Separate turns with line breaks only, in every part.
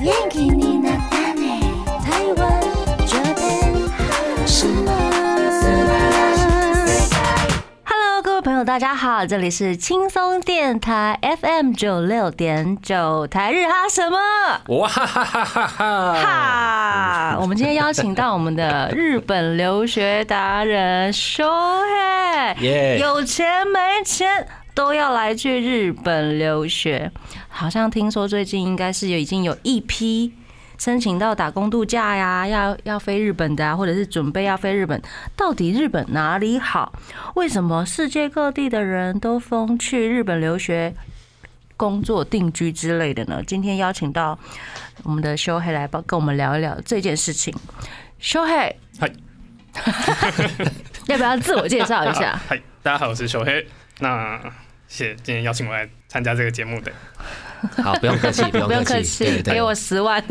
元気になったね台湾 Japan 什么素晴らしい
Hello，各位朋友，大家好，这里是轻松电台 FM 九六点九台日哈什么
哇哈哈哈哈哈！
哈？我们今天邀请到我们的日本留学达人 Shohei，
耶
有钱没钱。都要来去日本留学，好像听说最近应该是有已经有一批申请到打工度假呀，要要飞日本的啊，或者是准备要飞日本。到底日本哪里好？为什么世界各地的人都疯去日本留学、工作、定居之类的呢？今天邀请到我们的修黑来帮跟我们聊一聊这件事情。修黑，
嗨，
要不要自我介绍一下？
啊嗨，大家好，我是小黑。那谢谢今天邀请我来参加这个节目的。
好，不用客 气，不用
不用客
客
气，
气，对对
给我十万。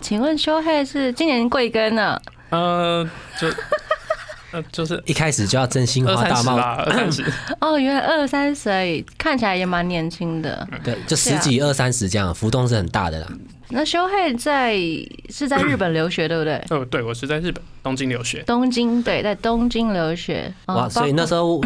请问修黑是今年贵庚呢？
呃，就 呃就是
一开始就要真心
二
话
三
大
十
冒，
啦，二三十。
哦，原来二三十而已，看起来也蛮年轻的。
对，就
啊
十几二三十这样，浮动是很大的啦。
那修黑在是在日本留学，对不对？
哦，对，我是在日本东京留学。
东京对，在东京留学。哦嗯
哇，所以那时候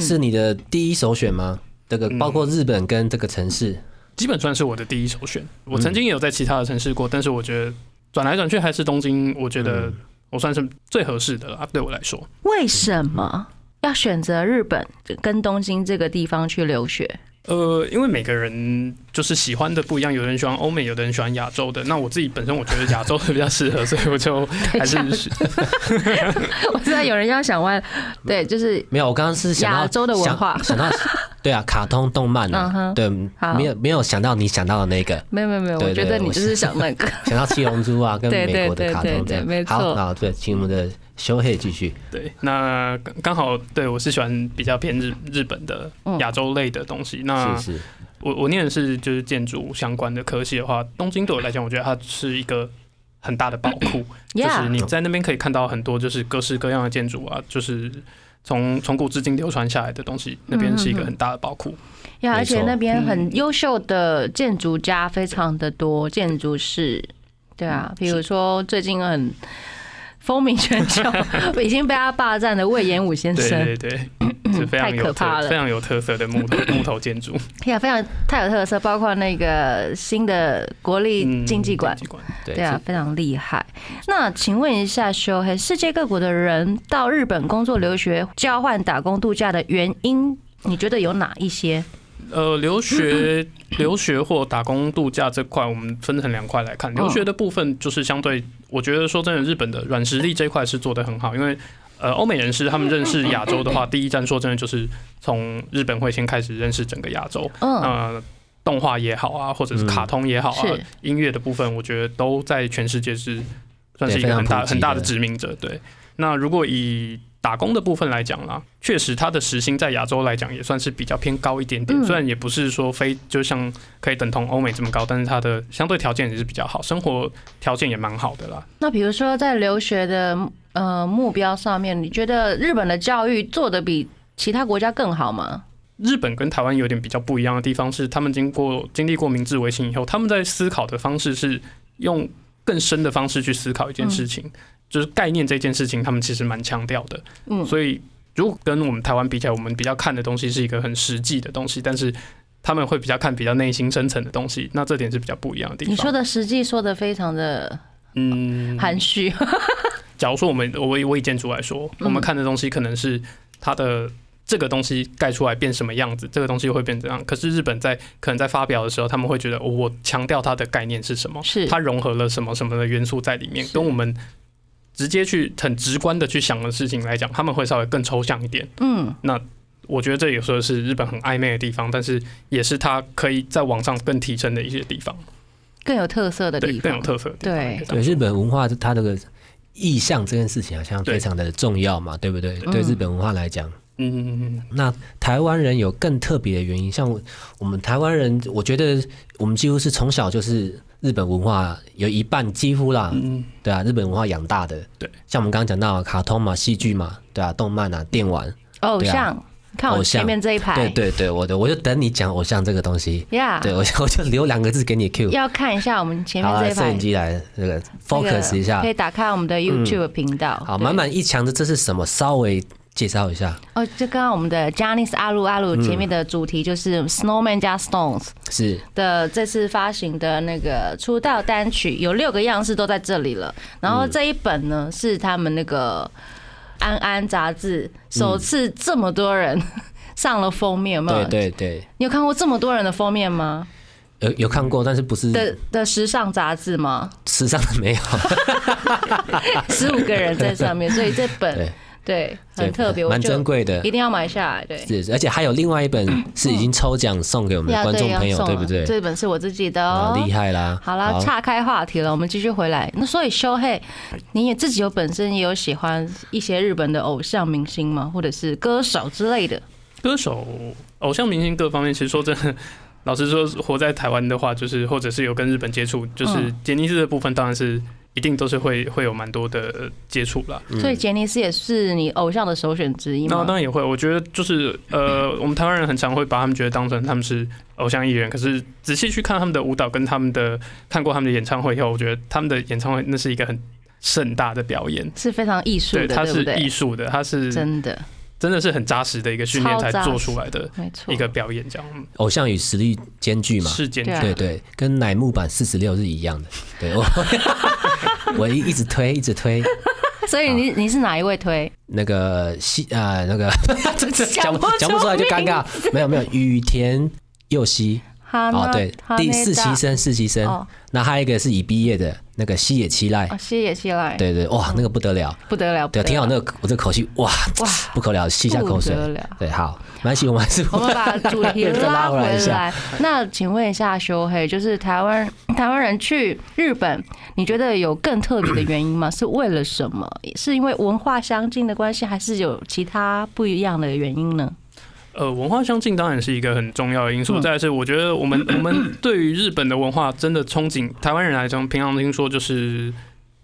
是你的第一首选吗？这个包括日本跟这个城市，
基本算是我的第一首选。我曾经也有在其他的城市过，但是我觉得转来转去还是东京，我觉得我算是最合适的了，对我来说。
为什么要选择日本跟东京这个地方去留学？
呃，因为每个人就是喜欢的不一样，有的人喜欢欧美，有的人喜欢亚洲的。那我自己本身我觉得亚洲的比较适合，所以我就还是
我知道有人要想问，对，就是
没有，我刚刚是想到
亚洲的文化
想想到对啊，卡通动漫
嗯
啊
哼，
对，
好
没有没有想到你想到的那个，
没有没有没有，
对
我觉
对
得你
我
就是想那个。
想到七龙 珠啊，跟
对
美国
对
的卡
对
通
对
这样
对没。错
好，那对，请我们的修黑继续。
对，那刚刚好，对我是喜欢比较偏日日本的
嗯
亚洲类的东西。那
是是，
我我念的是就是建筑相关的科系的话，东京对我来讲，我觉得它是一个很大的宝 库，就是你在那边可以看到很多就是各式各样的建筑啊，就是从从古至今流传下来的东西，那边是一个很大的宝库。
呀，
没
而且
错
那边很优秀的建筑家非常的多，建筑师，对啊，比如说最近很风靡全球， 已经被他霸占的魏延武先
对
生，
对对， 是非常
太
有
可怕
特
了
非常有特色的木头木头建筑。
呀，非常太有特色，包括那个新的国立
嗯
竞技馆，
竞技馆。
对
对啊，非常厉害。那请问一下，修黑，世界各国的人到日本工作、留学、交换、打工、度假的原因，你觉得有哪一些？
呃，留学、留学或打工度假这块，我们分成两块来看。留学的部分就是相对，我觉得说真的，日本的软实力这一块是做得很好，因为呃，欧美人士他们认识亚洲的话，第一站说真的就是从日本会先开始认识整个亚洲。
嗯，
呃，动画也好啊，或者是卡通也好啊，
是
音乐的部分，我觉得都在全世界是算是
对
一个很
非常
大
普及的
很大的殖民者。对，那如果以打工的部分来讲啦，确实它的时薪在亚洲来讲也算是比较偏高一点点，
嗯
虽然也不是说非就像可以等同欧美这么高，但是它的相对条件也是比较好，生活条件也蛮好的啦。
那比如说在留学的呃目标上面，你觉得日本的教育做的比其他国家更好吗？
日本跟台湾有点比较不一样的地方是，他们经过经历过明治维新以后，他们在思考的方式是用更深的方式去思考一件
嗯
事情，就是概念这件事情，他们其实蛮强调的。
嗯
所以如果跟我们台湾比起来，我们比较看的东西是一个很实际的东西，但是他们会比较看比较内心深层的东西，那这点是比较不一样的地方。
你说的实际说的非常的
嗯，
含蓄，
假如说我们我以我以建筑来说，
嗯
我们看的东西可能是它的这个东西盖出来变什么样子，这个东西会变怎样。可是日本在可能在发表的时候，他们会觉得、哦我强调它的概念是什么，
是
它融合了什么什么的元素在里面，
是
跟我们直接去很直观的去想的事情来讲，他们会稍微更抽象一点。
嗯，
我觉得这有时候是日本很暧昧的地方，但是也是它可以在网上更提升的一些地方，
更有特色的
对，
地
更有
方。
特色的地方。
对
可以这样
对日本文化，它这个意象这件事情好像
对
非常的重要嘛，对不对？
嗯
对日本文化来讲，
嗯，
那台湾人有更特别的原因，像我我们台湾人，我觉得我们几乎是从小就是日本文化有一半几乎啦，
嗯
对啊，日本文化养大的。
对，
像我们刚刚讲到的卡通嘛、戏剧嘛，对啊，动漫啊、电玩，
偶
对啊
像看我
偶像
前面这一排，
对对对，我的我就等你讲偶像这个东西。
呀
对，我就 我就留两个字给你 Q。
要看一下我们前
好啊
面这一
了，摄
排
影机来，那个
那个
focus 一下嗯
可以。打开我们的 YouTube 频道。
好，
对
满满一墙的这是什么？稍微介绍一下，
哦，就刚刚我们的 j a n i c e 阿鲁阿鲁前面的主题就是
嗯
Snowman 加 Stones
是
的这次发行的那个出道单曲，有六个样式都在这里了。然
嗯
后这一本呢是他们那个《安安》杂志首次这么多人 上了封面，有没
对
有？
对对，
你有看过这么多人的封面吗？
有有看过，但是不
的
是
的时尚杂志吗？
时尚的没有。
十五个人在上面，所以这本
对
对
对
很特别，我
蛮
就
珍贵的
一定要买下来。对，
是，而且还有另外一本是已经抽奖送给我们的
要
观众
嗯要
朋友，
送
对
了
不对？
这本是我自己的
啊
哦，
厉害啦！
好啦，岔开话题了，我们继续回来。那所以修黑，你也自己有本身也有喜欢一些日本的偶像明星吗？或者是歌手之类的？
歌手、偶像明星各方面，其实说真的， 老实说，活在台湾的话，就是或者是有跟日本接触，
嗯
就是杰尼斯的部分，当然是一定都是会会有蛮多的接触啦。
嗯
所以杰尼斯也是你偶像的首选之一
那
吗
嗯哦当？然也会，我觉得就是 呃，我们台湾人很常会把他们觉得当成他们是偶像艺人，可是仔细去看他们的舞蹈跟他们的看过他们的演唱会以后，我觉得他们的演唱会那是一个很盛大的表演。
是非常艺术
对，
的，
它
对不
是艺
对？
术的，它是
真的，
真的是很扎实的一个训练
超
才
扎
做
实
出来的
没错
一。个表演，这样
偶像与实力兼具嘛，
是间
对啊
对对，跟乃木坂四十六是一样的。对我， 我一一直推，一 直推
所以
啊
你你是哪一位推？
那个西啊，那个
讲
讲
不
不讲不出来就尴尬。没有没有，雨田佑希
哈
哦，对，第四期生四期生
哦，
那还有一个是已毕业的那个西野七濑
啊，，西野西来，
对对，哇，那个不得了。
不得了，
对，
哦不得
听好
了
那个我这口气，哇
哇
哇，不可了，吸一下口水
不得了。
对，好，没关系，我们 还是
我们把主题
再
拉
拉
回
回来一下。
来。那请问一下，修黑，就是台湾 台湾人去日本，你觉得有更特别的原因 吗？是为了什么？是因为文化相近的关系，还是有其他不一样的原因呢？
呃，文化相近当然是一个很重要的因素，
嗯
再来是我觉得 我们我们对于日本的文化真的憧憬，台湾人来讲，平常听说就是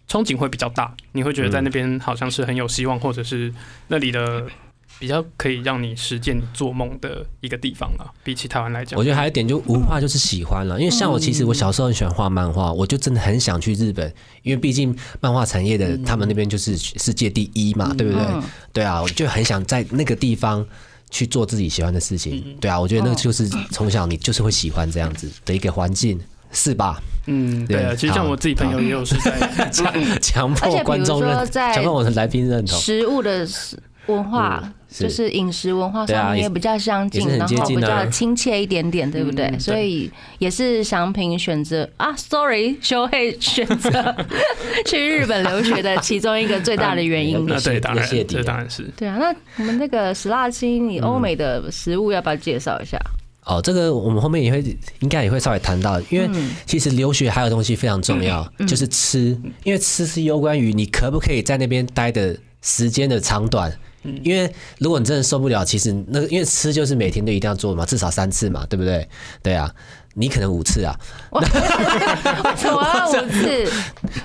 憧憬会比较大，你会觉得在那边好像是很有希望，或者是那里的比较可以让你实践你做梦的一个地方啊，比起台湾来讲
我，觉得还有一点就文化就是喜欢了，因为像
嗯
我其实我小时候很喜欢画漫画，我就真的很想去日本，因为毕竟漫画产业的他们那边就是世界第一嘛，对不对？
嗯
对啊，我就很想在那个地方去做自己喜欢的事情。对啊，我觉得那个
嗯
就是从小你就是会喜欢这样子的一个环境，是吧？
嗯，对啊，
对
其实像
好
我自己朋友也有是 在
强
而且比
迫
如
观众认
说，在
强迫我的来宾认同。
食物的文化。
嗯是
就是饮食文化
对啊
上面也
也
比较相近，
也是
然
很接
后比
近啊
较亲切一点点，对不对？
嗯
所以也是祥平选择啊，sorry，修黑选 择去日本留学的其中一个最大的原 因。
那对，当然
谢谢你啊
这当然是。
对啊，那我们那个石辣鸡，你欧美的食物要不要介绍一下？
哦，这个我们后面也会应该也会稍微谈到，因为
嗯
其实留学还有东西非常重要，就是吃，因为吃是攸关于你可不可以在那边待的时间的长短。
嗯
因为如果你真的受不了，其实那个因为吃就是每天都一定要做嘛，至少三次嘛，对不对？对啊，你可能五次啊，
什么啊五次？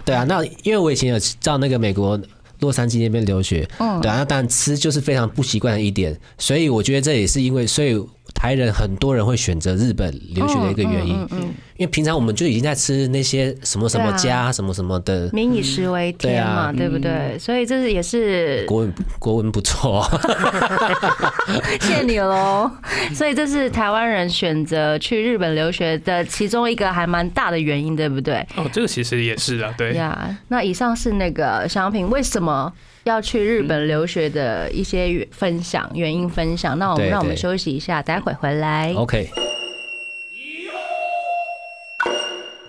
对
嗯
啊，那因为我以前有到那个美国洛杉矶那边留学，
嗯
对啊，那当然吃就是非常不习惯的一点，所以我觉得这也是因为，所以台人很多人会选择日本留学的一个原
嗯
因，因为平常我们就已经在吃那些什么什么
对
家、什么什么的，
民以食为天嘛，对不对？所以这是也是
国文国文不错、哦，
谢谢你喽。所以这是台湾人选择去日本留学的其中一个还蛮大的原因，对不对？
哦，这个其实也是啊，对。
呀那以上是那个商品为什么要去日本留学的一些分享原因分享。那我们
对
让我们
对
休息一下，待会回来。
OK，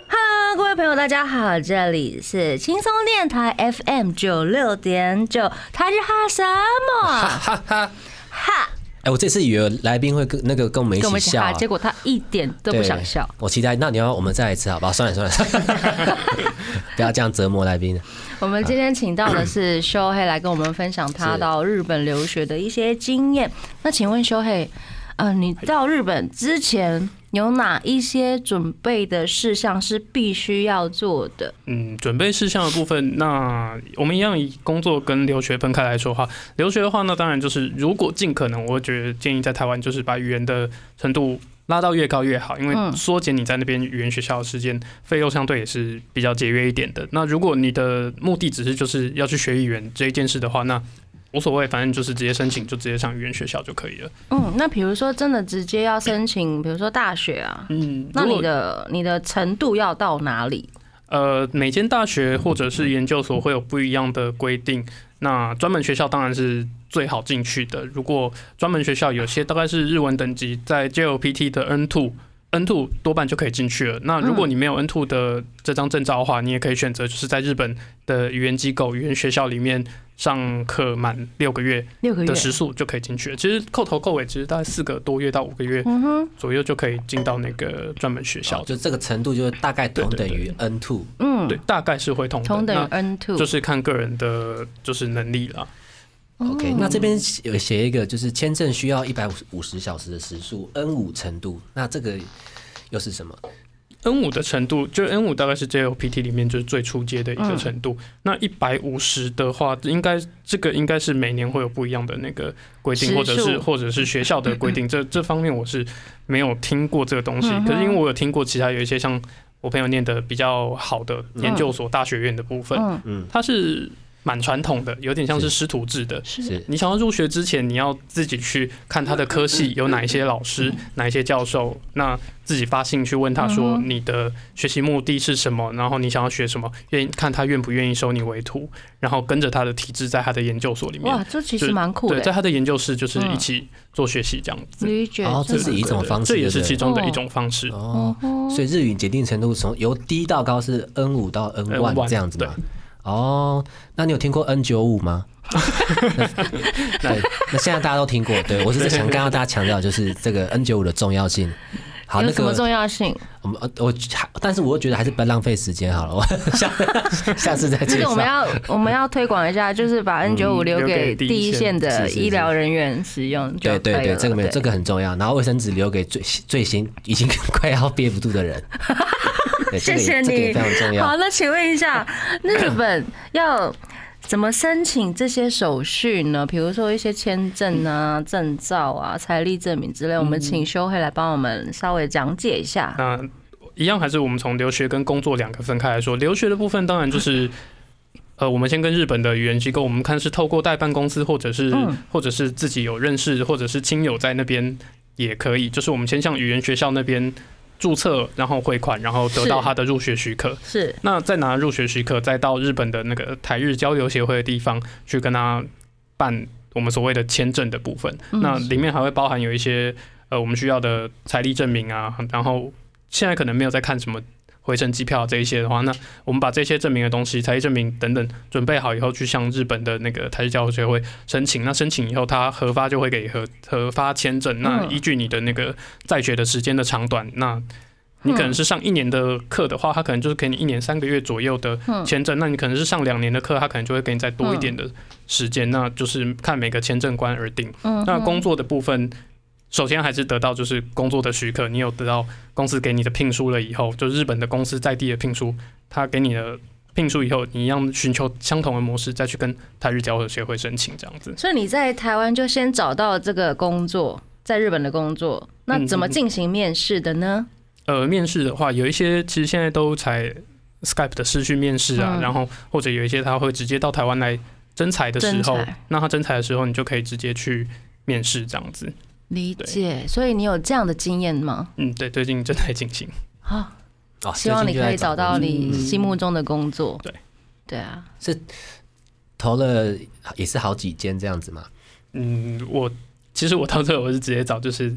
哈，各位朋友，大家好，这里是轻松电台 FM 九六点九，他是哈什么？
哈哈，
哈，
哎，我这次以为来宾会跟那个跟我们一
跟我们
起
一起
笑、
哈，
啊。
结果他一点都不
对
想笑。，
我期待。那你要我们再来一次，好不好？算了算了， 不要这样折磨来宾。
我们今天请到的是修黑来跟我们分享他
是
到日本留学的一些经验。那请问修黑，呃，你到日本之前，有哪一些准备的事项是必须要做的？
嗯，准备事项的部分，那我们一样以工作跟留学分开来说哈。留学的话，那当然就是如果尽可能，我觉得建议在台湾就是把语言的程度拉到越高越好，因为
嗯
缩减你在那边语言学校的时间，费用相对也是比较节约一点的。那如果你的目的只是就是要去学语言这一件事的话，那无所谓，反正就是直接申请，就直接上语言学校就可以了。
嗯，那比如说真的直接要申请，比如说大学啊，
嗯，
那
如果
你的你的程度要到哪里？
呃，每间大学或者是研究所会有不一样的规定。那专门学校当然是最好进去的。如果专门学校有些大概是日文等级，在 JLPT 的 N two。N two 多半就可以进去了。那如
嗯
果你没有 N two 的这张证照的话，你也可以选择就是在日本的语言机构、语言学校里面上课满六个月
六个月
的？时速就可以进去了。其实扣头扣尾，其实大概四个多月到五个月
嗯哼，
左右就可以进到那个专门学校
哦。就这个程度，就是大概同等于 N two。
嗯，
对，大概是会同
同等
那
于 N two，
就是看个人的就是能力啦。
OK，那
哦
这边有写一个，就是签证需要一百五十小时的时速 N 五程度，那这个又是什么？
N 五的程度，就是 N 五大概是 JLPT 里面就是最初阶的一
嗯
个程度。那一百五十的话，应该这个应该是每年会有不一样的那个规
时
定，
数
或者是或 者是学校的规定。这这方面我是没有听过这个东西，
嗯
可是因为我有听过其他有一些像我朋友念的比较好的研究所、大学院的部分，
嗯
嗯，
它是蛮传统的，有点像是师徒制的。
是
你想要入学之前，你要自己去看他的科系
嗯
有哪一些老师、
嗯
哪一些教授，那自己发信去问他说
嗯
你的学习目的是什么，然后你想要学什么，愿意看他愿不愿意收你为徒，然后跟着他的体制在他的研究所里面
哇，，这其
就
实蛮酷嗯
对，在
的，
他的研究室就是一起做学习这样子，
理解
哦这
真的嗯
是一种方式
这也
对
是
不对
其中的一种方式。
哦，所以日语检定程度从由低到高是 N 五到 N one
N1
这样子嘛？哦，那你有听过 N 九五 吗？对，那现在大家都听过。对我是想 刚刚大家强调就是这个 N 九五的重要性。好，
有
那
什么重
个
要性？
我们呃我，但是我又觉得还是不要浪费时间好了，我下 下次再介
这个
绍。
我们 要我们要推广一下，就是把 N 九五留
嗯留
给
给第一
第一线的
是是是
医疗人员使用就可
对
以
对对，
了
这个没有，这个很重要。然后卫生纸留给最最新已经快要憋不住的 人。对这
谢
个
谢
也这个也
你。
非常重要
好，。那请问一 下，日本要怎么申请这些手续呢？比如说一些签证啊、证照啊、财力证明
嗯
之类，我们请修黑来帮我们稍微讲解一下。
那一样还是我们从留学跟工作两个分开来说，留学的部分当 然就是。呃，我们先跟日本的语言机构，我们看是透过代办公司，或者是、
嗯
或者是自己有认识，或者是亲友在那边也可以。就是我们先向语言学校那边注册，然后汇款，然后得到
是
他的入学许可。
是，
那再拿入学许可，再到日本的那个台日交流协会的地方去跟他办我们所谓的签证的部分。
嗯
那里面还会包含有一些呃我们需要的财力证明啊，然后现在可能没有在看什么。回程机票这一些的话，那我们把这些证明的东西、财力证明等等准备好以后，去向日本的那个台日交流协会申请。那申请以后，他核发就会给核核发签证。那
嗯
依据你的那个在学的时间的长短，那你可能是上一年的课的话，他可能就是给你一年三个月左右的签证；那你可能是上两年的课，他可能就会给你再多一点的时间。那就是看每个签证官而定。
嗯
嗯那
哼
工作的部分，首先还是得到就是工作的许可，你有得到公司给你的聘书了以后，就日本的公司在地的聘书，他给你的聘书以后，你一样寻求相同的模式，再去跟台日交流协会申请这样子。
所以你在台湾就先找到这个工作，在日本的工作，那怎么进行面试的呢？
呃，面试的话，有一些其实现在都采 Skype 的视讯面试啊，
嗯
然后或者有一些他会直接到台湾来征才的时候
征才，
那他征才的时候，你就可以直接去面试这样子。
理解，所以你有这样的经验吗？
嗯，对，最近正在进行。
啊，
哦
希望
最
你
近就在嗯
可以找到
我
你心目中的工作。
对，
对啊，
投了也是好几间这样子嘛。
嗯，我其实我到最后我是直接找就是。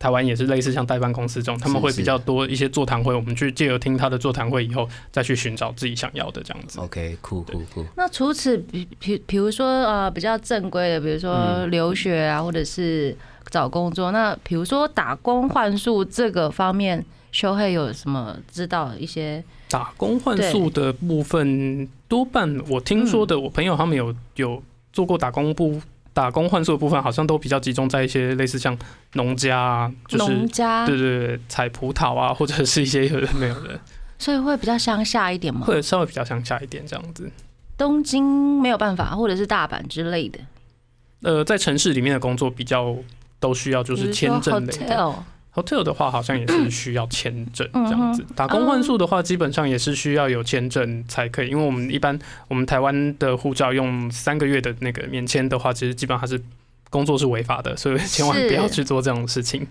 台湾也是类似像代办公司这种，他们
是
会
是
比较多一些座谈会，我们去借由听他的座谈会以后，再去寻找自己想要的这样子。
OK，酷酷 酷。
那除此比比比如说呃比较正规的，比如说
嗯
留学啊，或者是找工作，那比如说打工换宿这个方面，修黑有什么知道一些？
打工换宿的
嗯
部分，多半我听说的，我朋友他们有有做过打工部打工换宿的部分，好像都比较集中在一些类似像农家啊，就是
农家，
对对对，采葡萄啊，或者是一些有的没有
嗯
的，
所以会比较乡下一点嘛。
会稍微比较乡下一点这样子。
东京没有办法，或者是大阪之类的，
呃，在城市里面的工作比较都需要就
比
是
如
签
说
证类的。
hotel，
hotel 的话，好像也是需要签证
嗯
这样子。打工换宿的话，基本上也是需要有签证才可以，因为我们一般我们台湾的护照用三个月的那个免签的话，其实基本上它是工作是违法的，所以千万不要去做这种事情。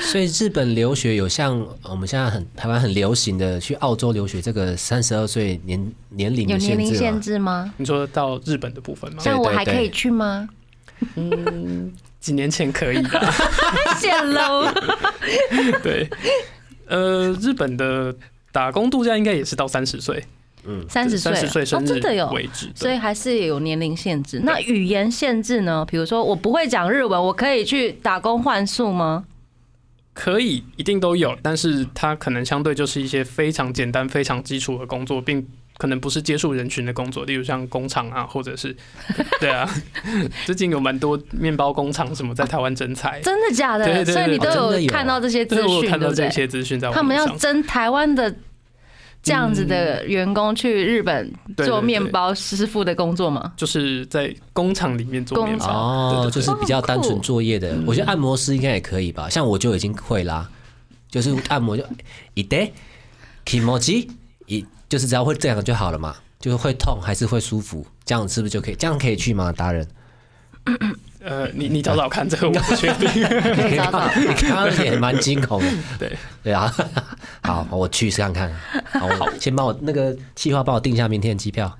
所以日本留学有像我们现在很台湾很流行的去澳洲留学这个三十二岁年年龄
有
的
年
限
龄
制
限
吗？
制吗？
你说到日本的 部分吗？
这样我
对对
还可以
对
去 吗？
嗯，几年前可以的，
谢喽。
对。呃，日本的打工度假应该也是到三十岁，
三十岁
三
了，
十岁生
哦、
日
真的有，
为止的。
所以还是有年龄限制。那语言限制呢？比如说我不会讲日文，我可以去打工换宿吗？
可以，一定都有，但是它可能相对就是一些非常简单、非常基础的工作，并可能不是接触人群的工作，例如像工厂啊，或 者是对啊，最近有蛮多面包工厂什么在台湾征才，
真的假的？
对对对
所以你
哦真
都
的有
看到这些资
啊对我
讯，
看到
不
这
对？
些资讯在
他
网
们
络
要
上，
争台湾的这样子的员工去日本
嗯对
做
对
面
对
包师傅的工作吗？
就是在工厂里面做面
工
包，对
哦
对，对嗯
就是比较单纯作业的。我觉得按摩师应该也可以吧，像我就已经会啦，就是按摩就一得 k i m o j i 一就是只要会这样就好了嘛，就是会痛还是会舒服，这样是不是就可以？这样可以去吗？达人，
呃，你你找找看，这个我不确 定。
可以找找。
你刚刚也蛮惊恐的，
对
对啊， 好，我去试看看。好，我先帮我那个计划帮我订一下明天的机票。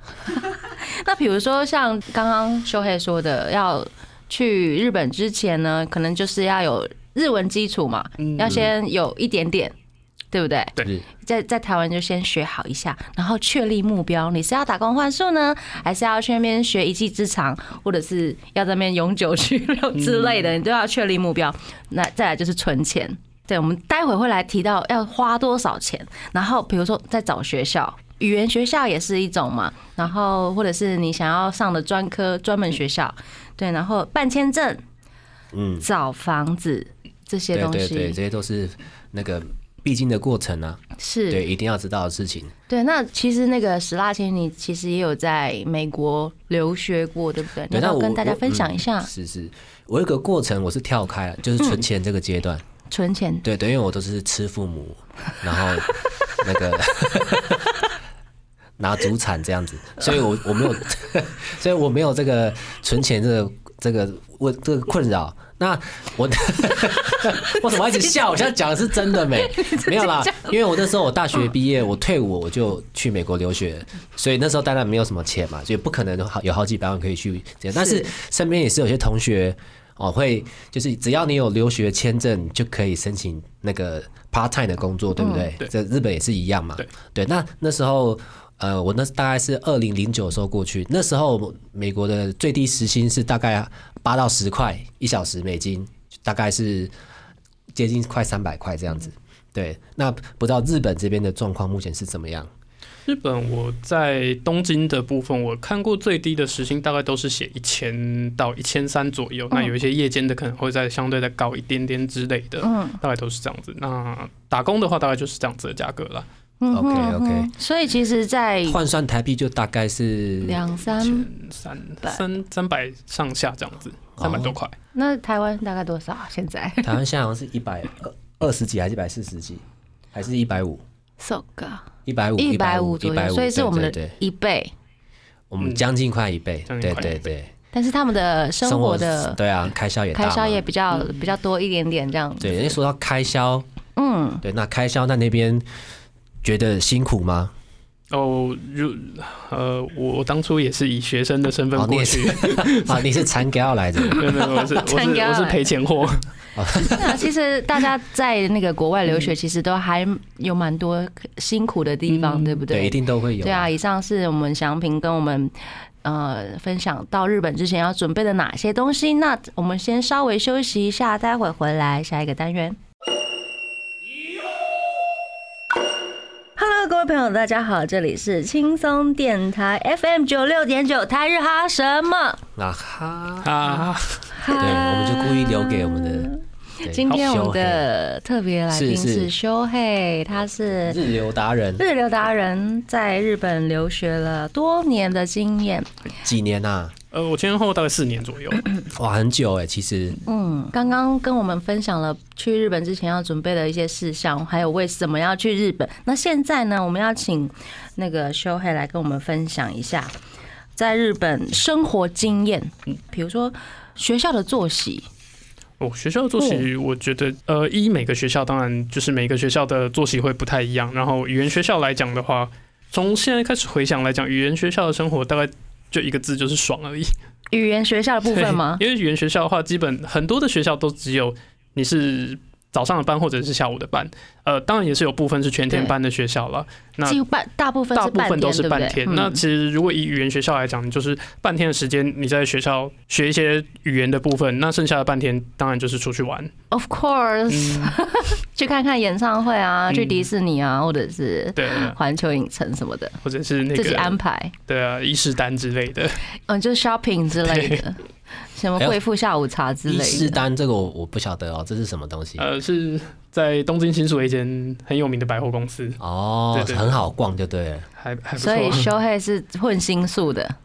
那比如说像刚刚修黑说的，要去日本之前呢，可能就是要有日文基础嘛，
嗯
要先有一点点，对不对？
是
在在台湾就先学好一下，然后确立目标，你是要打工换宿呢，还是要去那边学一技之长，或者是要在那边永久居留之类的，你都要确立目标。那再来就是存钱，对，我们待会会来提到要花多少钱，然后比如说再找学校。语言学校也是一种嘛，然后或者是你想要上的专科专门学校，对，然后办签证、
嗯，
找房子这些
对
东
对
西
对，这些都是那个必经的过程啊，
是
对，一定要知道的事情。
对，那其实那个史拉琴，你其实也有在美国留学过，对不对？你
对，
要不要
那我
跟大家
我
分享一下嗯
嗯是是，我有一个过程，我是跳开了，就是存钱这个阶段。
存钱。
对对，因为我都是吃父母，然后那个拿祖产这样子，所以我我没有， 所以我没有这个存钱这个这个问这个困扰。那我 我怎么一直笑？我现在讲的是真的没没有啦，因为我那时候我大学毕业，我退伍我就去美国留学，所以那时候当然没有什么钱嘛，所以不可能有好有好几百万可以去这样。但是身边也是有些同学哦，会就是只要你有留学签证，就可以申请那个 part time 的工作，对不对？
嗯对
这日本也是一样嘛。
对
那那时候。呃，我那大概是二零零九时候过去，那时候美国的最低时薪是大概八到十块一小时美金，大概是接近快三百块这样子。对，那不知道日本这边的状况目前是怎么样？
日本我在东京的部分，我看过最低的时薪大概都是写一千到一千三左
嗯
右，那有一些夜间的可能会再相对再高一点点之类的，
嗯
大概都是这样子。那打工的话，大概就是这样子的价格啦。
嗯
OK，OK
哼所以其实，在
换算台币就大概是
两三
三
百
三三百上下这样子，
哦
三百多块。
那台湾大概多少啊？现在
台湾现在好像是一百二二十几，还是一百四十几，还是一百五？
so g
一百五，
一百
五
五左
150
右，所以是我们
对对
的嗯
对
一倍。
我们将近快一倍，
将近
对
快
对
一
对，
但是他们的生活的
对啊，开销也大
开
嘛嗯
销也比较比较多一点点这样。
对。因为说到开销，
嗯，
对，那开销那那边觉得辛 苦吗？
哦，如呃，我我当初也是以学生的身份
哦，你
过
也
去
是，啊，你是残给要来的，
没有没有，我是我
参
是
加
我是
了
赔 钱货。
那其实大家在那个国外留
嗯
学，其实都还有蛮多辛苦的地方， 对不
嗯对，一定都会有。
对啊，以上是我们祥平跟我们呃分享到日本之前要准备的哪些东西。那我们先稍微休息一下，待会回来下一个单元。Hello，各位朋友，大家好，这里是轻松电台 FM 九六点九台日哈什么？
啊哈，
啊，
对，我们就故意留给我们的对
今天我们
修黑
的特别来宾
是
是
是
修黑，他是
日流达人
日流达人，在日本留学了多年的经验。
几年啊？
呃，我前前后后大概四年左右，
哇，很久哎、其实
嗯，刚刚跟我们分享了去日本之前要准备的一些事项，还有为什么要去日本。那现在呢，我们要请那个修黑来跟我们分享一下在日本生活经验，比如说学校的作息。
哦，学校的作息，我觉得，呃，一每个学校当然就是每个学校的作息会不太一样。然后语言学校来讲的话，从现在开始回想来讲，语言学校的生活大概就一个字，就是爽而已。
语言学校的部分吗？
对 因为语言学校的话，基本很多的学校都只有你是早上的班或者是下午的班，呃，当然也是有部分是全天班的学校了。那
几乎半大部分
大
嗯是
部
半
分都
天，
是
对不
半
对？
天。
嗯
那其实如果以语言学校来讲，就是半天的时间你在学校学一些语言的部分，那剩下的半天当然就是出 去玩。
Of course，、
嗯，
去看看演唱会啊，
嗯
去迪士尼啊，或者是
对，对对
环球影城什么的，
或者是那
自己安
个
排，
对啊，伊势丹之类的。
嗯，就 shopping 之类的，什么贵妇下午茶之
伊势
类的。
丹这个我我不晓得哦，这是什么东西？
呃，是在东京新宿的一间很有名的百货公司，
哦
对，对对
很好逛就对了。
还还不错
所。
呃
以修黑是混新宿的，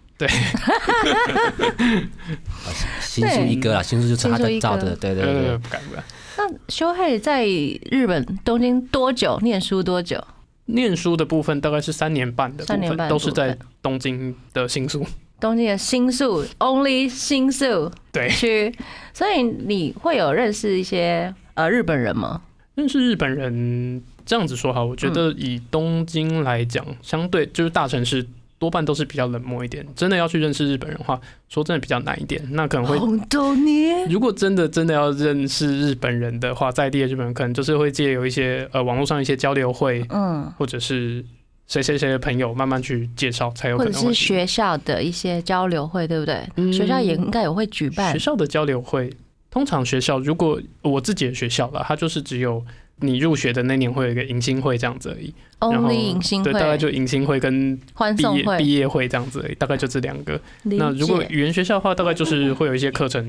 啊新宿一哥啦，啊新宿就是他
新宿一
的
哥
照的，对对
呃，
对。
不敢不敢。
那修黑在日本东京多久念书多久？
念书的部分大概是三年半的
三年
部
半
分，
的
都
部分
是在东京的新宿。
东京的新宿，only 新宿
对，
区，所以你会有认识一些呃日本人吗？
但是日本人这样子说哈，我觉
嗯
得以东京来讲，相对就是大城市多半都是比较冷漠一点。真的要去认识日本人的话，说真的比较难一点。那可能会，
红豆 泥，
如果真的真的要认识日本人的话，在地的日本人可能就是会借由一些呃网络上一些交流会，
嗯。
或者是谁谁谁的朋友慢慢去介绍，才有
或
可
者
能
是
会
学校的一些交流会，对不对？
嗯
学校也应该也会举办
学。校的交流会，通常学校如果我自己的学校啦，它就是只有你入学的那年会有一个迎新会这样子而已。然后
Only 哦迎新
对，大概
会、
就迎新会跟
欢
毕
送
业
会，
毕业会这样子而已，大概就这两个。
理
那如果
解
语言学校的话，大概就是会有一些课程，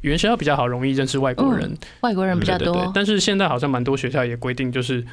语言学校比较好，容易认识外国人，
外国人比较
对对对
多。
但是现在好像蛮多学校也规定，就是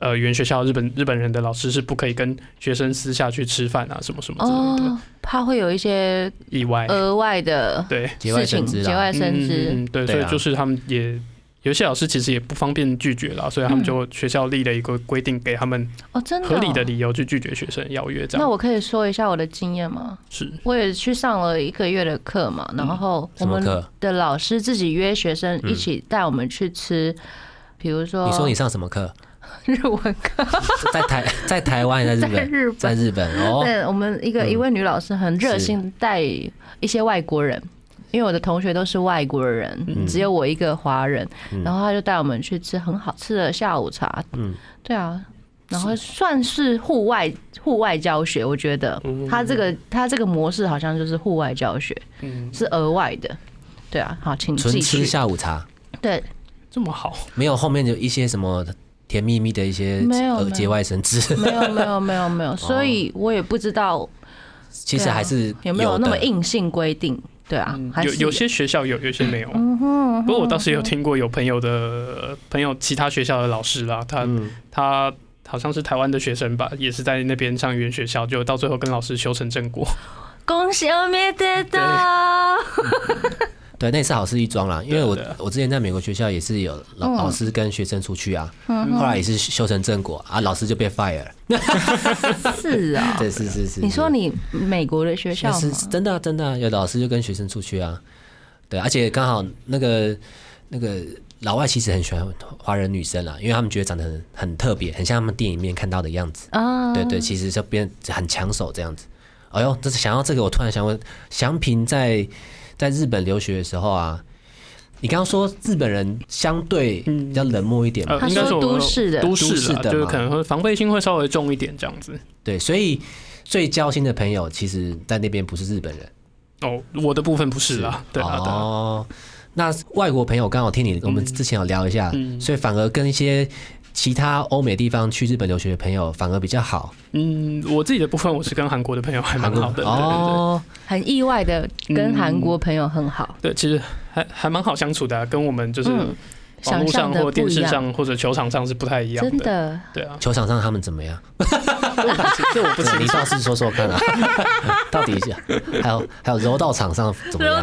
呃，语言学校日本日本人的老师是不可以跟学生私下去吃饭啊，什么什么之类的
哦，怕会有一些
意外。
额外的
对，
节外
事情
生，枝
节
啦，
外生枝。
嗯，对，
对
所
啊
以就是他们也。有些老师其实也不方便拒绝啦，所以他们就学校立了一个规定，给他们
哦，嗯真的哦
合理的理由去拒绝学生邀约，这
那
样
我可以说一下我的经验吗？
是
我也去上了一个月的课嘛，
嗯
然后我
什么
们
课？
的老师自己约学生一起带我们去吃，比如说
你说你上什么课？
日文课，
在台在台湾还是在
在
日本？
日本
在日本哦，
对我们一个
嗯
一位女老师很热心带一些外国人，因为我的同学都是外国人，
嗯
只有我一个华人，
嗯
然后她就带我们去吃很好吃的下午茶。
嗯，
对啊，然后算是户外户外教学，我觉得
嗯
她这个她这个模式好像就是户外教学，
嗯
是额外的。对啊，好，请
纯
继
吃
续。
下午茶，
对，
这么好，
没有后面有一些什么甜蜜蜜的一些
没有
呃
没有
节外生枝，
没有没有没有没
哦
有，所以我也不知道
其实还是
啊有没有那么
的
硬性规定。对啊，还
有
是
嗯
嗯
有些学校有，有些没有。不过我倒是有听过有朋友的朋友，其他学校的老师啦，他、他好像是台湾的学生吧，也是在那边上语言学校，就到最后跟老师修成正果。
恭喜阿弥得到。
对，那也是好事一桩啦。因为我
对啊对啊
我之前在美国学校也是有老、
嗯
老师跟学生出去啊，后来也是修成正果啊，老师就被 fire。
是啊、
对，是是是。
你说
是
你美国的学校
那是
吗？
是真的啊、真的啊、有老师就跟学生出去啊，对，而且刚好那个那个老外其实很喜欢华人女生啊啦，因为他们觉得长得很很特别，很像他们电影里面看到的样子。
啊，
对对，其实就变很抢手这样子。哎呦，这是想到这个，我突然想问，祥平在在日本留学的时候啊，你刚刚说日本人相对比较冷漠一点嘛，
呃，
他
应该
说
说
都市的
都
都市
市啦，
的
就是
嘛
可能会防备心会稍微重一点这样子。
对，所以最交心的朋友，其实在那边不是日本人，
哦，我的部分不是啦，对
哦
啊，对啊。
哦，那外国朋友刚好听你，我们之前有聊一下，
嗯
所以反而跟一些其他欧美地方去日本留学的朋友反而比较好？
嗯，我自己的部分我是跟韩国的朋友还蛮好的，对对对。
哦，
很意外的跟韩国朋友很好，
对，其实还还蛮好相处的啊、跟我们就是
嗯
网
想
络
象
上
的
或
不
电
一
视
样，
上或者球场上是不太一样
真
的。
的
对啊，
球场上他们怎么样？
这我不
这你
清楚。
倒是说说看啊， 到底是还有还有柔道场上怎么样？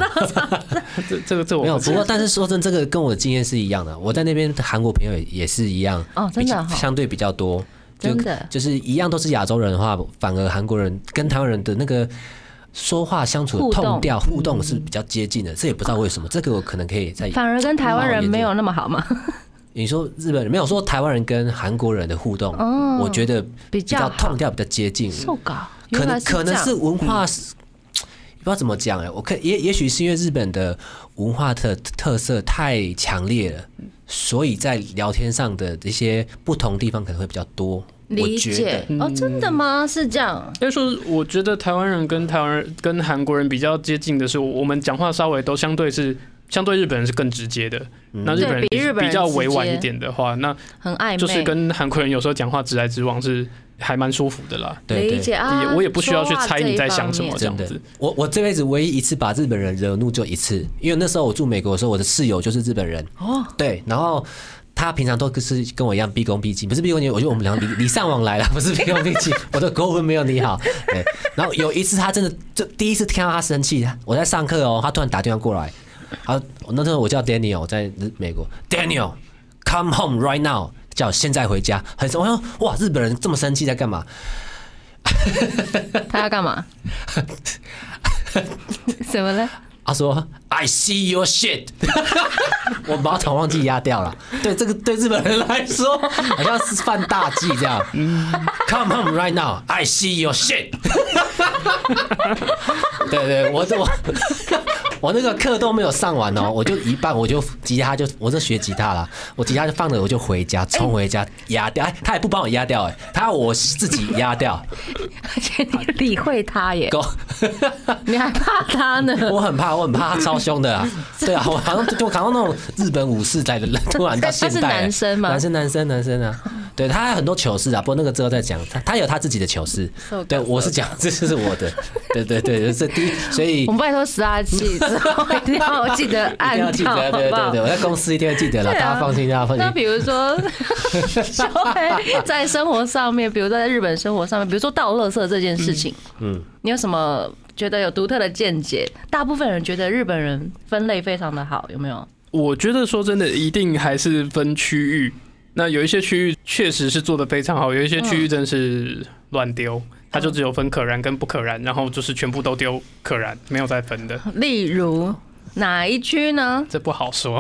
这这个这我
没有，
不
不
清
过
楚。
但 是说真，这个跟我的经验是一样的。我在那边的韩国朋友也也是一样，
哦真的
比
哈
相对比较多，就
真的
就是一样都是亚洲人的话，反而韩国人跟台湾人的那个说话相处
互
的
动
痛调互动是比较接近的。这也不知道为什么，这个我可能可以再
反而跟台湾人没有那么好嘛，
你说日本人没有说台湾人跟韩国人的互动，
哦
我觉得
比
比较
较好
痛。调比较接近，
受稿
可
原来
能可能
这样
是文化是，不知道怎么讲哎、我看也也许是因为日本的文化特特色太强烈了，所以在聊天上的这些不同地方可能会比较多。我
理
觉得
解哦，真的吗？是这样，
但是说，我觉得台湾人跟台湾人跟韩国人比较接近的是，我我们讲话稍微都相对是相对日本人是更直接的，
嗯
那日本人
对比日本人
比较
直接
委婉一点的话，那
很暧昧，
就是跟韩国人有时候讲话直来直往是还蛮舒服的啦。
对
理
对
解啊，
也我也不需要去猜你在想什么
说话哦这一方面
这样
真的
子，
我我这辈子唯一一次把日本人惹怒就一次，因为那时候我住美国的时候，我的室友就是日本人。哦，对，然后他平常都是跟我一样毕恭毕敬，不是毕恭毕敬，我觉得我们俩礼礼尚往来了，不是毕恭毕敬，我的国文没有你好。对，然后有一次他真的就第一次听到他生气，我在上课哦，他突然打电话过来，他那时候我叫 Daniel，我在日美国，Daniel。Come home right now，叫我现在回家。很我想说哇，日本人这么生气在干嘛？
他要干 嘛？ 怎么了？
他说：“I see your shit 。” 我马桶忘记压掉了。对，这个对日本人来说好像是犯大忌这样。Come on right now, I see your shit 对。对对，我 我我那个课都没有上完哦，我就一半我就吉他就我就学吉他了，我吉他就放着我就回家冲回家压掉，哎，他也不帮我压掉，哎，他要我自己压掉，
而且你理会他耶，
够。
你还怕他呢？
我很怕，我很 怕他超凶的啊！对啊，我好像就好像那种日本武士在的，突然到现代、
他是男生吗
啊男生，男生，男生啊！对他还有很多糗事啊，不过那个之后再讲。他他有他自己的糗事
So，
对我是讲 这是我的，对对对，这第一，所以
我们拜托十阿记之 后一定要记得
一定要
按
记
掉，
得，
好不
对对
好
对，？我在公司一定会记得了，
对
大
啊
家放心，大家放
那
心。
比如 说，就会在生活上面，比如说在日本生活上面，比如说倒垃圾这件事情，嗯，你有什么觉得有独特的见解？大部分人觉得日本人分类非常的好，有没有？
我觉得说真的，一定还是分区域。那有一些区域确实是做的非常好，有一些区域真是乱丢，
嗯
它就只有分可燃跟不可燃，然后就是全部都丢可燃，没有再分的，
例如哪一区呢？
这不好说。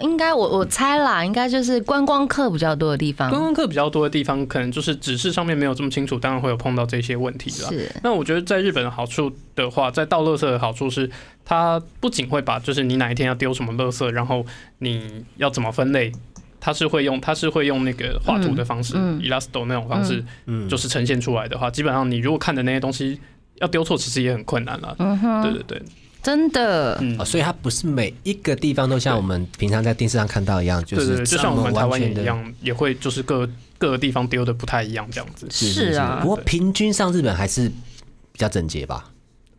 应该我我猜啦，应该就是观光客比较多的地方，
观光客比较多的地方，可能就是指示上面没有这么清楚，当然会有碰到这些问题啦。
是
那我觉得在日本的好处的话，在倒垃圾的好处是，它不仅会把就是你哪一天要丢什么垃圾，然后你要怎么分类，它是会用它是会用那个画图的方式、
嗯嗯
e l a s t o 那种方式，
嗯
就是呈现出来的话，基本上你如果看的那些东西要丢错，其实也很困难了。
嗯
对对对，
真的。
嗯
哦，，所以它不是每一个地方都像我们平常在电视上看到一样，就
对
是
对对，就
这
像我
么
们台
完
湾也
全
一
的。
样，也会就是各各个地方丢的不太一样这样子。
是啊
不，过平均上日本还是比较整洁吧。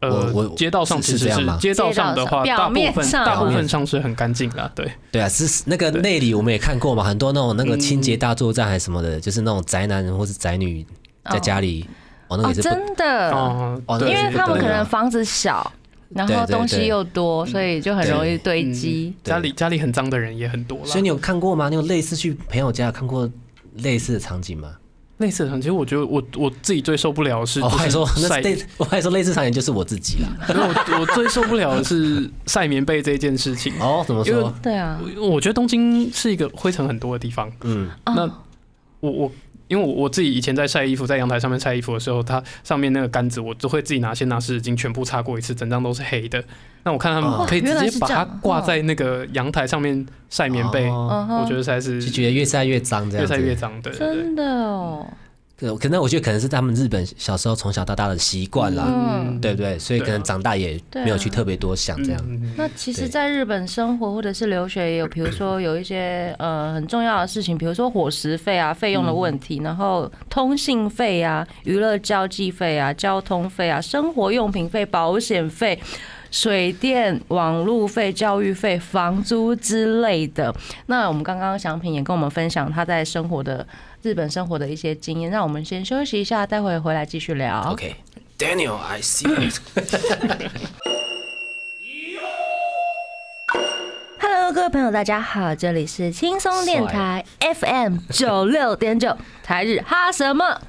呃，
我我
街道上
是
其
是
实
这样
是
吗
街道上的话，
街道上
大
表
部
面
分
上
大部
表
分
面
上是很干净啦，对。嗯
对啊，是那个内里我们也看过嘛，很多那种那个清洁大作战还是什么的，就是那种宅男或是宅女在家里，哦，那
哦，
个也是不
真的，
哦
哦，
对
呃因为
那个
他们
对
可
啊
能房子小，然
对
后
对对
东西又多，所以就很容易堆积。
家里家里很脏的人也很多啦。
所以你有看过吗？你有类似去朋友家有看过类似的场景吗？
类似的场景，其实我觉得我我自己最受不了的是，
哦，我还说那
晒，
类，我还说类似场景就是我自己 啦。
因为我我最受不了的是晒棉被这件事情。
哦，怎么
因为
说？
对啊，
我我觉得东京是一个灰尘很多的地方，
嗯，
啊
那我我。因为我我自己以前在晒衣服，在阳台上面晒衣服的时候，它上面那个杆子，我都会自己拿先拿湿纸巾全部擦过一次，整张都是黑的。那我看他
哦
们可以直
原来
接
是
把
这
它
样哦
挂在那个阳台上面晒棉被，
哦
嗯哼
我觉得才是
就觉得越晒越脏这
越
样子，
晒越脏，对对对。
真的哦，
呃可能我觉得可能是他们日本小时候从小到大的习惯啦，
嗯
对不对？所以可
对
能
啊
长大也没有去特别多想这样。
嗯
那其实，
对
在日本生活或者是留学，也有比如说有一些呃很重要的事情，比如说伙食费啊、费用的问题，然后通信费啊、娱乐交际费啊、交通费啊、生活用品费、保险费。水电、网路费、教育费、房租之类的。那我们刚刚祥平也跟我们分享他在生活的日本生活的一些经验。让我们先休息一下，待会回来继续聊。
OK，Daniel，I see。
Hello，各位朋友，大家好，这里是轻松电台 FM 九六点九，台日哈什么？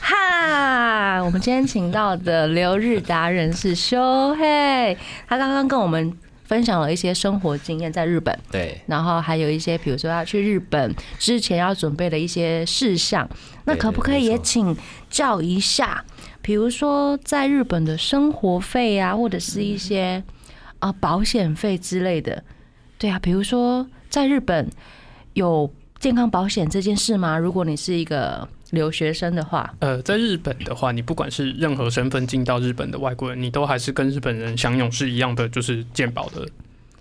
哈！我们今天请到的留日达人是修嘿，他刚刚跟我们分享了一些生活经验在日本，
对，
然后还有一些比如说要去日本之前要准备的一些事项。那
对
可不可以
没错
也请教一下，比如说在日本的生活费啊，或者是一些啊、呃保险费之类的？对啊，比如说在日本有健康保险这件事吗？如果你是一个留学生的话，
呃，在日本的话，你不管是任何身份进到日本的外国人，你都还是跟日本人享有是一样的，就是健保的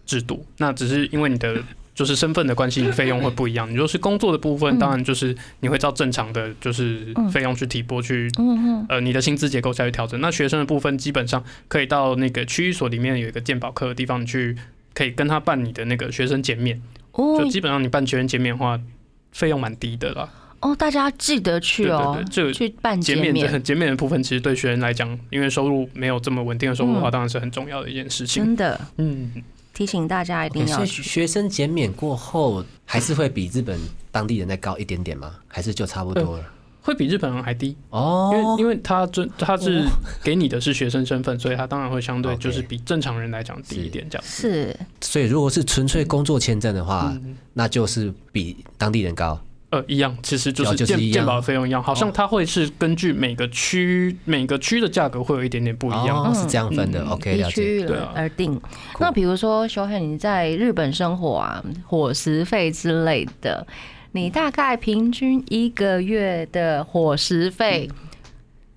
制度。那只是因为你的就是身份的关系，你费用会不一样。你若是工作的部分，
嗯
当然就是你会照正常的就是费用去提拨去
嗯嗯，
呃你的薪资结构下去调整。那学生的部分基本上可以到那个区域所里面有一个健保课的地方，你去可以跟他办你的那个学生减免。
哦
就基本上你办学生减免的话，费用蛮低的啦。
哦，大家记得去哦，
对对对这个
去办
减免 的减免的部分，其实对学生来讲，因为收入没有这么稳定的收入的话，当然是很重要的一件事情。
真的
嗯，
提醒大家一定
所
要
以
去。
学生减免过后，还是会比日本当地人再高一点点吗？还是就差不多了？
会比日本人还低，因为、
哦，
因为他这他是给你的是学生身份，所以他当然会相对
OK
就是比正常人来讲低一点这样。
是，
所以如果是纯粹工作签证的话，
嗯
那就是比当地人高。
呃，一样，其实就是
哦就是
健
一样
健保的费用一样，好像它会是根据每个区每个区的价格会有一点点不一样。
哦，是这样分的。
嗯
OK，
依
了
区
解。
域
对啊
而定。那比如说，小海，你在日本生活啊，伙食费之类的，你大概平均一个月的伙食费
嗯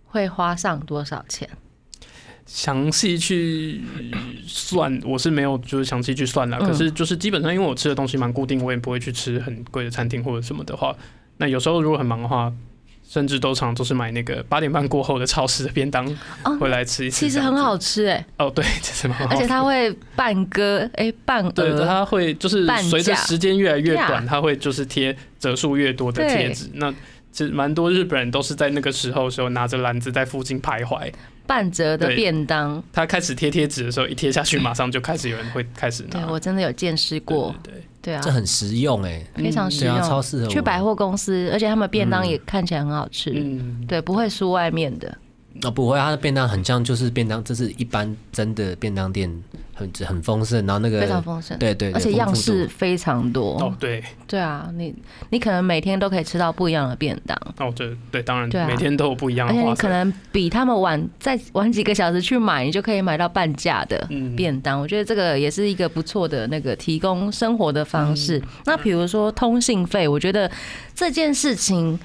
会花上多少钱？
详细去算，我是没有就是详细去算了。
嗯
可是就是基本上，因为我吃的东西蛮固定，我也不会去吃很贵的餐厅或者什么的话，那有时候如果很忙的话，甚至都常都是买那个八点半过后的超市的便当
哦
回来吃一次。
其实很好吃哎、
哦，对，其实蛮好。
而且它会半割哎、半
对，
额，
它会就是
半价
随着时间越来越
对啊
短，它会就是贴折数越多的贴纸。那其实蛮多日本人都是在那个时候的时候拿着篮子在附近徘徊，
半折的
对
便当。
他开始贴贴纸的时候，一贴下去，马上就开始有人会开始拿。
对我真的有见识过，
对对
对啊
这，很实用哎、
非常实
对啊
用。
超适合我
去百货公司，而且他们便当也
嗯
看起来很好吃，
对嗯，
对，不会输外面的。
哦，不会，它的便当很像，就是便当，这是一般真的便当店很很丰盛，然后那个
非常丰盛
对对对
而且样
丰富度
式非常多。
哦对，
对啊，你你可能每天都可以吃到不一样的便当，
哦对对，当然
对啊
每天都有不一样
而
的
且
花
你可
色。
能比他们晚再晚几个小时去买，你就可以买到半价的
嗯
便当。我觉得这个也是一个不错的那个提供生活的方式。
嗯
那比如说通信费，我觉得这件事情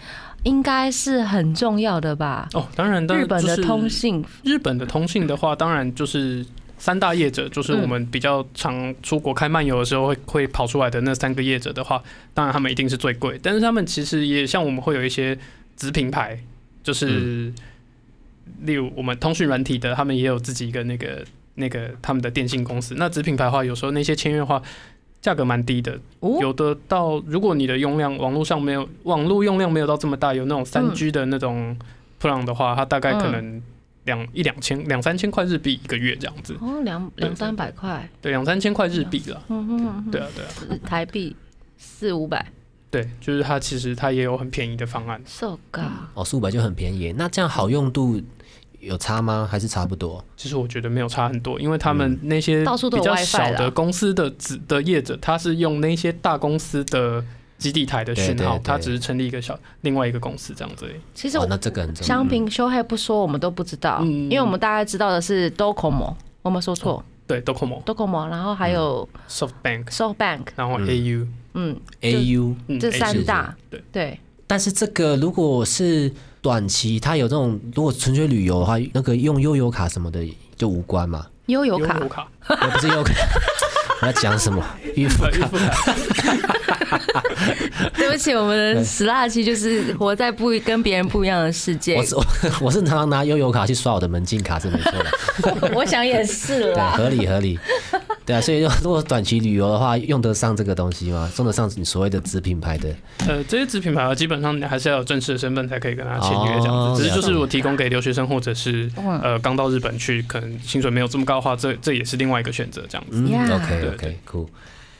应该是很重要的吧。
哦，当然，当
日
然
本的
就是
通信，
日本的通信的话，当然就是三大业者，就是
嗯
我们比较常出国开漫游的时候会会跑出来的那三个业者的话，当然他们一定是最贵，但是他们其实也像我们会有一些子品牌，就是、例如我们通讯软体的，他们也有自己一个那个那个他们的电信公司。那子品牌的话，有时候那些签约的话。价格蛮低的，
哦
有的到如果你的用量网络上没有网络用量没有到这么大，有
嗯
那种三 G 的那种 plan 的话，它大概可能两一两千两三千块日币一个月这样子，
哦两
对
两三百块，
对，两三千块日币啦，
嗯哼嗯
对啊对啊，
哼，台币四五百
对，就是它其实它也有很便宜的方案，
，so g
哦，四五百就很便宜。那这样好用度有差吗？还是差不多？
其实我觉得没有差很多，因为他们那些
嗯到处都
比
有
较
WiFi
小
啦
的公司的子的业者，他是用那些大公司的基地台的
对
讯
对
号
对，
他只是成立一个小另外一个公司这样子而已，
其实
哦
我，
那这个很重要。
香槟修黑不说，我们都不知道，
嗯
因为我们大概知道的是 Docomo，我们说错、
对，Docomo、
Docomo，然后还有
嗯 SoftBank，
SoftBank，
然后
嗯
AU，
嗯，
AU
嗯
这
AU
三大，
对
对，
但是这个如果是短期，它有这种如果纯粹旅游的话，那个用悠游卡什么的就无 关嘛，
悠游
悠
卡
游卡，
我不是悠游卡。 我在讲什么？预付
呃预
卡
付卡，
对不起，我们的死辣期就是活在不跟别人不一样的世界
我。是我我是常常拿悠游卡去刷我的门禁卡是没错 的，
我想也是
对，
啦。
合理合理，对啊，所以如果短期旅游的话，用得上这个东西吗？用得上你所谓的子品牌的
呃，这些子品牌基本上你还是要有正式的身份才可以跟他签约这
哦
样子。只是就是
了解
我提供给留学生或者是
嗯
呃刚到日本去，可能薪水没有这么高的话，这这也是另外一个选择这样子。
嗯
Yeah
，OK
对
OK，cool，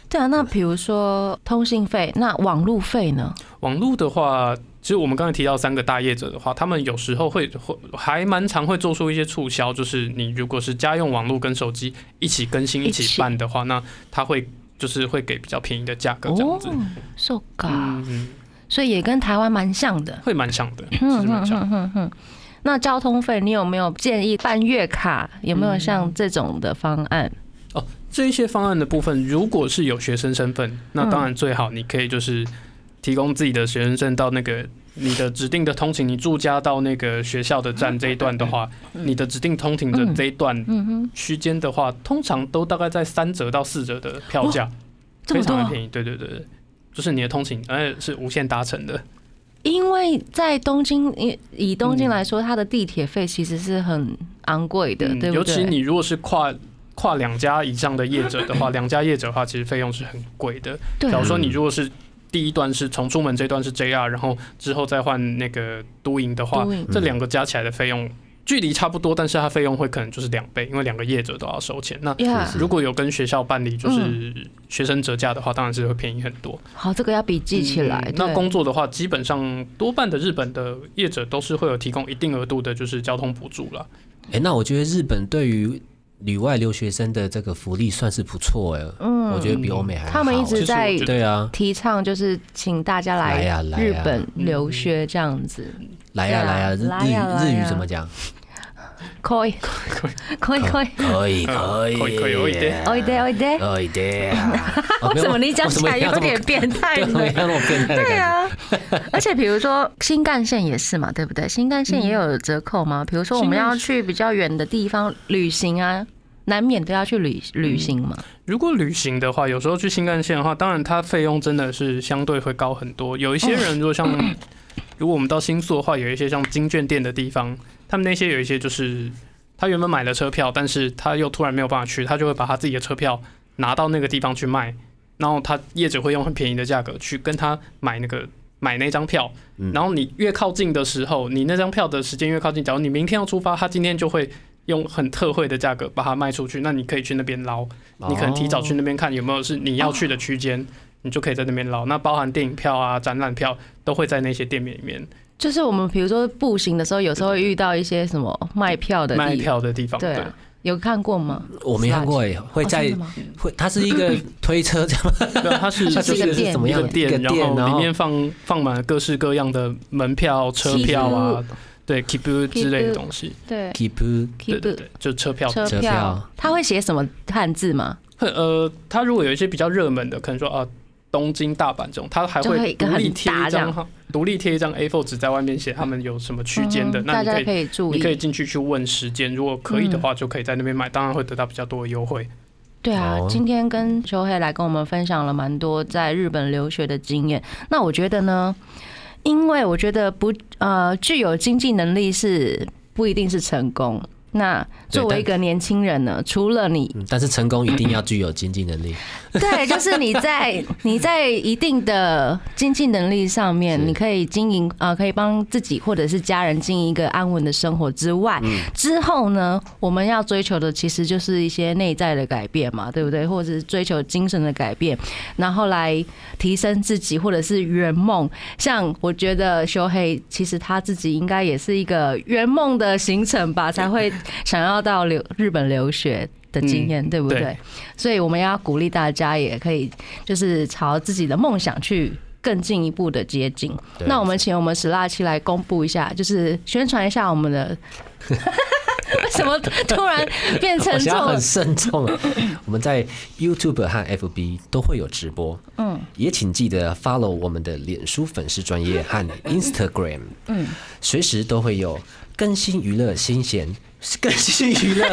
对啊，那比如说通信费，那网路费呢？
网络的话，其实我们刚才提到三个大业者的话，他们有时候会会还蛮常会做出一些促销，就是你如果是家用网络跟手机一起更新、
一
一
起
起办的话，那他会就是会给比较便宜的价格这样子。
，so
嗯嗯，
所以也跟台湾蛮像的。
会蛮像的，其实蛮
嗯
像的。
那交通费，你有没有建议办月卡？有没有像这种的方案？
哦，这一些方案的部分，如果是有学生身份，
嗯
那当然最好你可以就是提供自己的学生证到那个你的指定的通勤，你住家到那个学校的站这一段的话，
嗯
你的指定通勤的这一段区间的话，通常都大概在三折到四折的票价，
哦这
非
么
常
多啊
的，便宜。对对对对。就是你的通勤，而且是无限达成的。
因为在东京，以以东
嗯
京来说，它的地铁费其实是很昂贵
嗯
的，对不
嗯尤
对？
其你如果是跨跨两家以上的业者的话，两家业者的话，其实费用是很贵的。
对
假
啊
如说你如果是第一段是从出门这段是 JR，然后之后再换那个都营的话
都营，
这两个加起来的费用距离差不多，但是它费用会可能就是两倍，因为两个业者都要收钱。那
Yeah
是是
如果有跟学校办理
嗯
就是学生折价的话，当然是会便宜很多。
好，这个要笔记起来。
嗯
对
那工作的话，基本上多半的日本的业者都是会有提供一定额度的，就是交通补助啦。
哎、那我觉得日本对于旅外留学生的这个福利算是不错哎、嗯，我觉得比欧美还好。
他们一直
其实我
在
觉得
对啊，
提倡就是请大家
来
来
呀嗯来
日
呀
本留学这样子。
来呀、
对啊
来呀、日
来呀来
日
呀
日语怎么讲？
可以，可以，可以，
可 以可以
嗯可以可以おいで
おいでおいで。
可以 的啊。哦
为什么你讲
为什
起
么
来
一定要
有
这么
点变态
对，我一
呢？
样那么变态的感
对
觉。
啊，而且比如说新干线也是嘛，对不对？新干线也有折扣吗？比如说我们要去比较远的地方旅行啊，难免都要去旅旅行嘛。
如果旅行的话，有时候去新干线的话，当然它费用真的是相对会高很多。有一些人，如果像、如果我们到新宿的话，有一些像金券店的地方，他们那些有一些就是他原本买了车票，但是他又突然没有办法去，他就会把他自己的车票拿到那个地方去卖，然后他业者会用很便宜的价格去跟他买那个。买那张票，然后你越靠近的时候，你那张票的时间越靠近。假如你明天要出发，他今天就会用很特惠的价格把它卖出去，那你可以去那边捞。你可能提早去那边看有没有是你要去的区间，嗯你就可以在那边捞。那包含电影票啊、展览票都会在那些店面里面
就是我们比如说步行的时候，有时候会遇到一些什么卖票的
卖
地，
票的地方。
对
对，
啊，有看过吗？
我没看过哎、会
哦
在、
真的吗
会，它是一个推车这样，
对啊，它是
它
它
就
就是
一个
是
店
怎么
一
样
个店，
一个店，
然后
然
里
后
面放放满了各式各样的门票、车票啊，对 keep 之类的东西。
对
keep
对 对
keep
对，就车票。
车
车
票
票，
他会写什么汉字吗？
会呃，它如果有一些比较热门的，可能说啊。东京、大阪这种，它还
就会有
会
一个
独立
很
贴
大
一
这样
张，独立贴一张 A4 纸在外面写他们有什么区间的，
嗯
那
大
你可
家
以
可以注
你可以
意。
进去去问时间，如果可以的话，就可以在那边买，当然会得到比较多的优惠。
对啊
哦，
今天跟秋黑来跟我们分享了蛮多在日本留学的经验。那我觉得呢，因为我觉得不呃具有经济能力是不一定是成功。那作为一个年轻人呢，除了你
嗯，但是成功一定要具有经济能力。
对，就是你在你在一定的经济能力上面，
是
你可以经营啊、呃可以帮自己或者是家人经营一个安稳的生活之外，之后呢，我们要追求的其实就是一些内在的改变嘛，对不对？或者是追求精神的改变，然后来提升自己，或者是圆梦。像我觉得修黑其实他自己应该也是一个圆梦的行程吧，才会想要到留日本留学的经验，对不对？
对
所以我们要鼓励大家，也可以就是朝自己的梦想去更进一步的接近。
对
那我们请我们史拉奇来公布一下，就是宣传一下我们的为什么突然变成
我
这
想要
种
很？慎重啊。 我们在 YouTube 和 FB 都会有直播，嗯，也请记得 follow 我们的脸书粉丝专业和 Instagram，嗯，随时都会有更新娱乐新鲜，更新娱 乐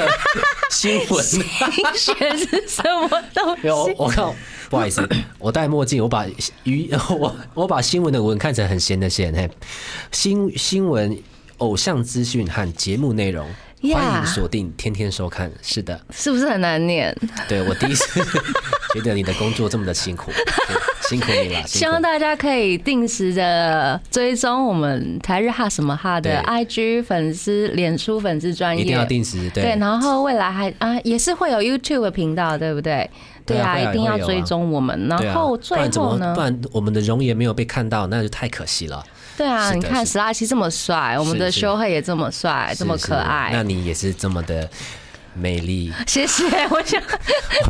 新闻。
冰雪是什么东 西？
有，我靠，不好意 思，我戴墨镜，我把娱 我我把新闻的文看成很闲的闲嘿，新新闻、偶像资讯和节目内容。欢迎
Yeah
锁定天天收看。是的，
是不是很难念？
对我第一次 觉得你的工作这么的辛苦，对辛苦你了。辛
希
苦
望
你
大家可以定时的追踪我们台日哈什么哈的
对
IG 粉丝、脸书粉丝专业，
一定要定时对
对，然后未来还啊也是会有 YouTube 频道，对不对？
对啊会啊
一定要
会有啊
追踪我们。
对
然
啊
后
不
最
然怎
后
么
呢
不？然我们的容颜没有被看到，那就太可惜了。
对啊，
是的
你看
是
史拉奇这么帅，我们的
是
修慧也这么帅，这么
是
可
是那
爱。
你也是这么的美丽。
谢谢，我 想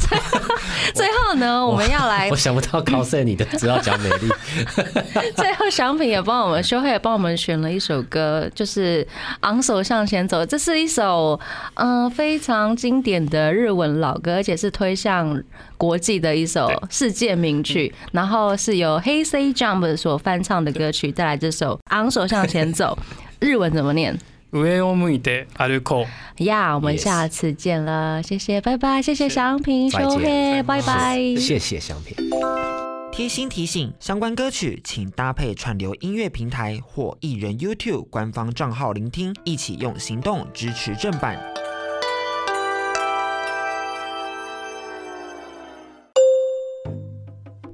最后最后呢，我们要来
我想不到 cos 你的，只要讲美丽。
最后，商品也帮我们，修慧也帮我们选了一首歌，就是《昂首向前走》。这是一首嗯、呃非常经典的日文老歌，而且是推向国际的一首世界名曲。然后是由 Hey Say Jump 所翻唱的歌曲，带来这首《昂首向前走》。 日文怎么念？
上を向いて歩こう。
呀、我们
Yes
下次见了，谢谢，拜拜，谢谢商品，
再见
修慧，拜拜。
谢谢香片。
贴心提醒：相关歌曲请搭配串流音乐平台或艺人 YouTube 官方账号聆听，一起用行动支持正版。